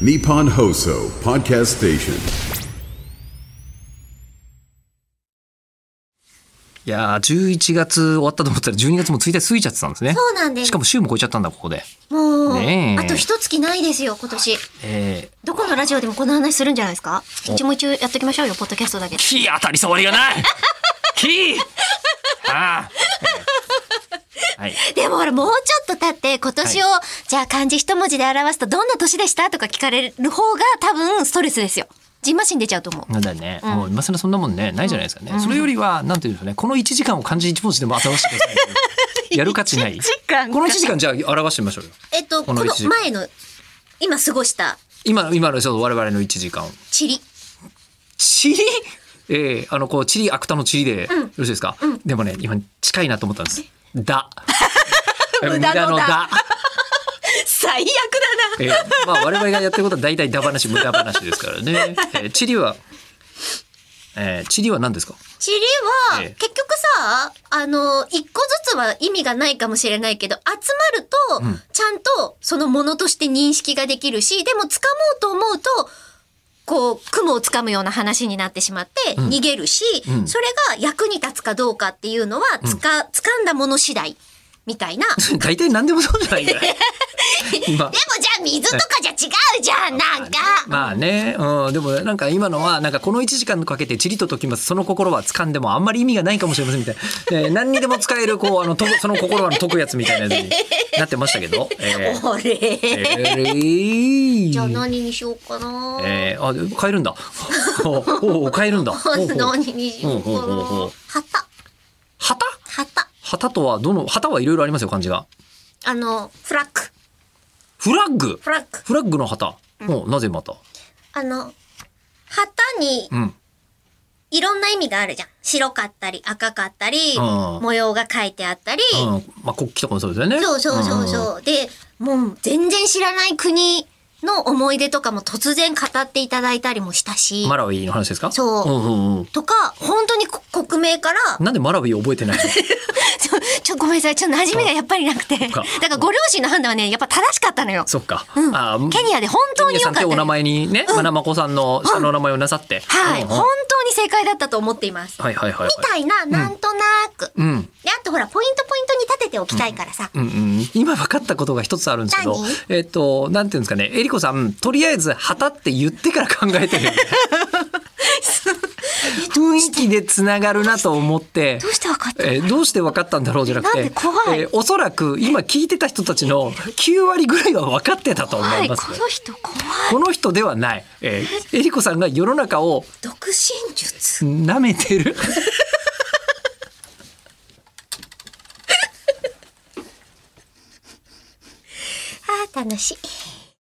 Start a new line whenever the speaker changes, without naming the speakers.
Nippon Hoso Podcast Station.
いやー、11月終わったと思ったら12月も1日過ぎちゃってたんですね。
そうなんです
しかも週も超えちゃったんだ、ここで。
もう、
ねえ
あと一月ないですよ、今年。
えー、
どこのラジオでもこの話するんじゃないですか一応一応やっておきましょうよ、ポッドキャストだけ。
キー当たり障りが ないキーああ、えーはい。
でもほら、もうちょっと経って、今年を、じゃあ漢字一文字で表すと、どんな年でしたとか聞かれる方が多分ストレスですよ。ジンマシン出ちゃうと思う。
なんだよね、もう今更そんなもんね、ないじゃないですかね。それよりは、なんていうんでしょうね、この1時間を漢字1文字でも表してくださ い。やる価値ない。
1時間
この1時間じゃあ表してみましょうよ。
えっと、
こ
こ
の
の
一時
前の、今過ごした、
今、今のそう我々の1時間を。
チリ。
チリ ええあの、こう、チリ、アクタのチリで、よろしいですか、でもね、今、近いなと思ったんです。だ。
無駄のだ最悪だ
ええまあ、我々がやってることは大体だ話、無駄話ですからね。ええチリは、ええチリは何ですか
チリは、
ええ
結局さ、あの、一個ずつは意味がないかもしれないけど、集まると、ちゃんとそのものとして認識ができるし、でも掴もうと思うと、こう、雲を掴むような話になってしまって、逃げるし、
うん
それが役に立つかどうかっていうのは、つか、掴んだもの次第、みた いな。でも
大体何でもそうじゃないか今
じゃあ水とかじゃ違うじゃん、なんか。
まあね、うん、でもなんか今のはなんかこの1時間かけてチリと解きますその心は掴んでもあんまり意味がないかもしれませんみたいな、えー何にでも使えるこうあのとその心は解くやつみたいなやつになってましたけど、えー
あれ
えー
じゃあ何にしようかな。
えーあで変えるん だおおお変えるんだほうほう
何にしようかな
ほうほうほう。
旗、
旗
旗。
旗とはどの旗はいろいろありますよ漢字が
あの、フラッグ。
フラッグ
フラッグ。
フラッグの旗、もうなぜまた、
あの、旗に
うん、
いろんな意味があるじゃん。白かったり、赤かったり、
うん
模様が書いてあったり。
うんまあ、国旗とかもそうですよね
そうそうそうんそう。で、もう全然知らない国の思い出とかも突然語っていただいたりもしたし、
マラウイの話ですか
そう
うんうんうん
とか、本当にこ国名から、
なんでマラウイ覚えてないの
ちょ、ちょ、ごめんなさい、ちょっと馴染みがやっぱりなくて。だ
か
からご両親の判断はね、やっぱ正しかったのよ。
そっか。
うん
あー
ケニアで本当に良かった
ケ
よ
ニアさんってお名前にね、まなまこさんの下のお名前をなさって。
はい、
うんうん
本当に正解だったと思っています。
はいはいはいはい。
みたいな、なんとなく。
うん。
で、あとほら、ポイントポイントに立てておきたいからさ。
うんうん、今分かったことが一つあるんですけど
何、
えっと、なんていうんですかね、えりこさん、とりあえず、旗って言ってから考え てるよね。雰囲気でつながるなと思って
ど、うしてわかった
えーどうして分かったんだろうじゃなくて、
なんで怖い
えーおそらく今聞いてた人たちの9割ぐらいは分かってたと思
はいい、こ
ます。
の人怖い。
この人ではない。えー、えりこさんが世の中を
独身術。
舐めてる。
あー楽しい。